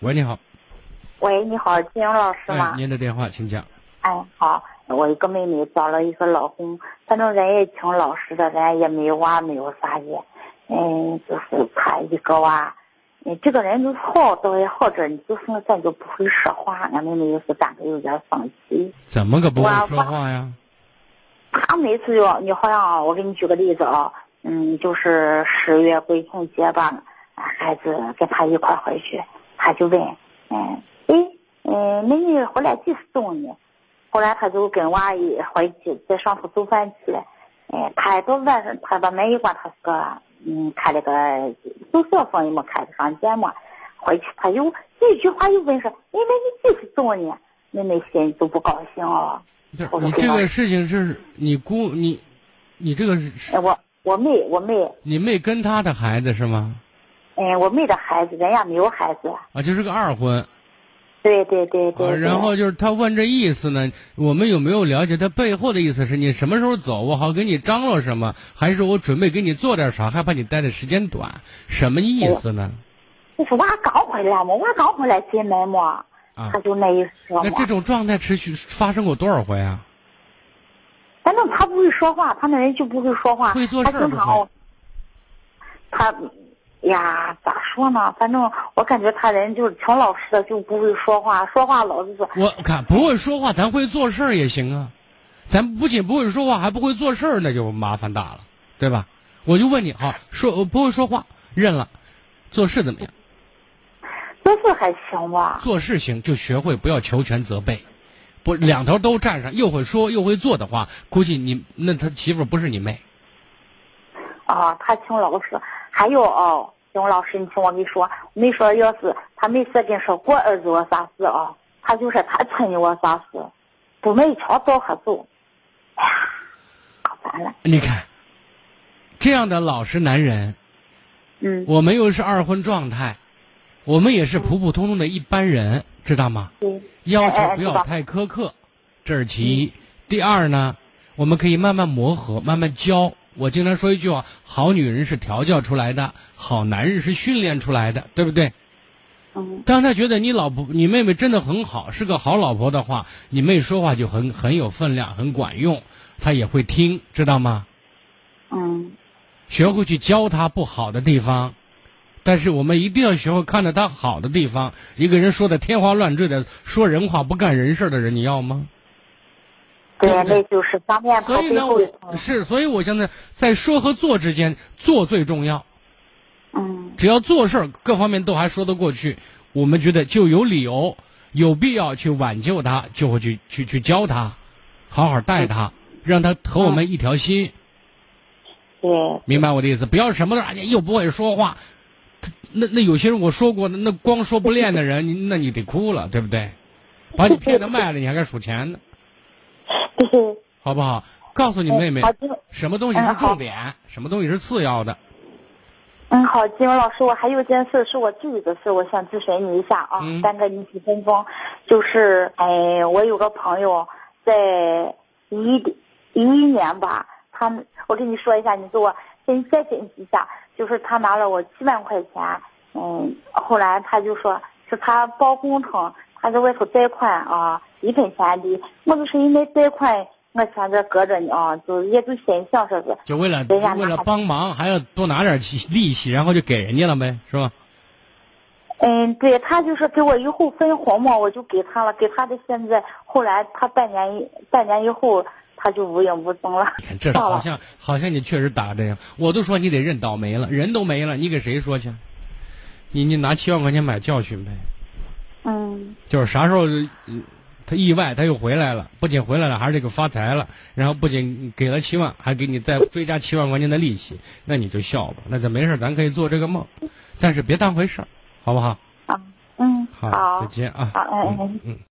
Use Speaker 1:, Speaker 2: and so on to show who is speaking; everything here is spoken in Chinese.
Speaker 1: 喂，你好，
Speaker 2: 喂，你好，金阳老师
Speaker 1: 哎，
Speaker 2: 吗？
Speaker 1: 您的电话，请讲。
Speaker 2: 哎，好，我一个妹妹找了一个老公，反正人也挺老实的，人也没有娃，没有啥也，嗯，就是他一个娃。嗯，这个人就是好着也好着，你就是咱就不会说话。俺妹妹就是当时有点生气，
Speaker 1: 怎么个不
Speaker 2: 我
Speaker 1: 会说话呀？
Speaker 2: 她每次就你好像啊，我给你举个例子啊，嗯，就是十月国庆节吧，啊孩子跟他一块儿回去，他就问，嗯，哎，嗯，妹妹回来几时走呢？后来他就跟娃一回去，在上头做饭去了。哎，开到晚上，他把门一关，他说，嗯，开了个宿舍风也没开，上间嘛。回去他又一句话又问说，妹妹你几时走呢？妹妹心里就不高兴哦了。
Speaker 1: 不是
Speaker 2: 我
Speaker 1: 你
Speaker 2: 不
Speaker 1: 这
Speaker 2: 知
Speaker 1: 个
Speaker 2: 道
Speaker 1: 事情是你姑你，你这个是
Speaker 2: 哎，我我妹我妹，
Speaker 1: 你妹跟他的孩子是吗？
Speaker 2: 嗯，我妹的孩子，人家没有孩子。
Speaker 1: 啊，就是个二婚
Speaker 2: 对对对对
Speaker 1: 啊。
Speaker 2: 对
Speaker 1: 然后就是他问这意思呢，我们有没有了解他背后的意思？是你什么时候走，我好给你张罗什么，还是我准备给你做点啥，害怕你待的时间短，什么意思呢？
Speaker 2: 就是娃刚回来嘛，娃刚回来进门嘛，
Speaker 1: 啊
Speaker 2: 他就那一说
Speaker 1: 那
Speaker 2: 嘛。
Speaker 1: 这种状态持续发生过多少回啊？
Speaker 2: 反正他不会说话，他那人就不会说话。
Speaker 1: 会做事儿
Speaker 2: 他经
Speaker 1: 不会
Speaker 2: 常，他呀，咋说呢？反正我感觉他人就是挺老实的，就不会说话，说话老是说。
Speaker 1: 我看不会说话，咱会做事儿也行啊。咱不仅不会说话，还不会做事儿，那就麻烦大了，对吧？我就问你，好说呃不会说话，认了，做事怎么样？
Speaker 2: 做事还行吧，
Speaker 1: 做事情就学会不要求全责备，不两头都占上，又会说又会做的话，估计你那他媳妇儿不是你妹。
Speaker 2: 啊，他挺老实。还有哦，行，老师，你听我跟你说，我没说要是他没事跟你说我儿子我啥事啊，他就说他村里我啥事，不门一条倒喝走。哎呀，烦了，
Speaker 1: 你看，这样的老实男人，
Speaker 2: 嗯，
Speaker 1: 我们又是二婚状态，我们也是普普通通的一般人，知道吗？
Speaker 2: 嗯对，
Speaker 1: 要求不
Speaker 2: 哎哎知道
Speaker 1: 要太苛刻，这是其一。第二呢，我们可以慢慢磨合，慢慢教。我经常说一句话：好女人是调教出来的，好男人是训练出来的，对不对？
Speaker 2: 嗯，
Speaker 1: 当他觉得你老婆、你妹妹真的很好，是个好老婆的话，你妹说话就很很有分量，很管用，他也会听，知道吗？
Speaker 2: 嗯。
Speaker 1: 学会去教他不好的地方，但是我们一定要学会看到他好的地方。一个人说的天花乱坠的，说人话不干人事的人，你要吗？
Speaker 2: 对
Speaker 1: 对，不对
Speaker 2: 那就是当面跑
Speaker 1: 所以
Speaker 2: 背
Speaker 1: 呢，
Speaker 2: 后啊的疼
Speaker 1: 我。是，所以我现在在说和做之间，做最重要。
Speaker 2: 嗯，
Speaker 1: 只要做事儿各方面都还说得过去，我们觉得就有理由、有必要去挽救他，就会去去去教他，好好带他，让他和我们一条心。
Speaker 2: 对，
Speaker 1: 明白我的意思？不要什么都哎呀又不会说话，那那有些人我说过的，那光说不练的人，你那你得哭了，对不对？把你骗的卖了，你还该数钱呢，
Speaker 2: 对，
Speaker 1: 好不好？告诉你妹妹
Speaker 2: 哎好，金，
Speaker 1: 什么东西是重点，什么东西是次要的。
Speaker 2: 嗯，好，金勇老师，我还有件事是我自己的事，我想咨询你一下啊
Speaker 1: 嗯，
Speaker 2: 耽搁你几分钟。就是，哎，我有个朋友在一一一年吧，他们，我跟你说一下，你给我先再解析一下，就是他拿了我七万块钱，嗯，后来他就说是他包工程，他在外头贷款啊，一分钱的，我就是因为贷款，我现在搁着呢啊，就也就心想说是，
Speaker 1: 就为了
Speaker 2: 对呀
Speaker 1: 为了
Speaker 2: 那
Speaker 1: 帮忙，还要多拿点起利息，然后就给人家了呗，是吧？
Speaker 2: 嗯，对他就是给我以后分红嘛，我就给他了，给他的现在，后来他半年以半年以后他就无影无踪了，
Speaker 1: 你看这好像好像你确实打这样，我都说你得认倒霉了，人都没了，你给谁说去？你你拿七万块钱买教训呗。
Speaker 2: 嗯，
Speaker 1: 就是啥时候嗯他意外他又回来了，不仅回来了，还是这个发财了，然后不仅给了七万，还给你再追加七万块钱的利息，那你就笑吧，那咱没事儿，咱可以做这个梦，但是别当回事儿，好不好？
Speaker 2: 啊，嗯，
Speaker 1: 好，再见啊，
Speaker 2: 好，嗯嗯。
Speaker 1: 嗯。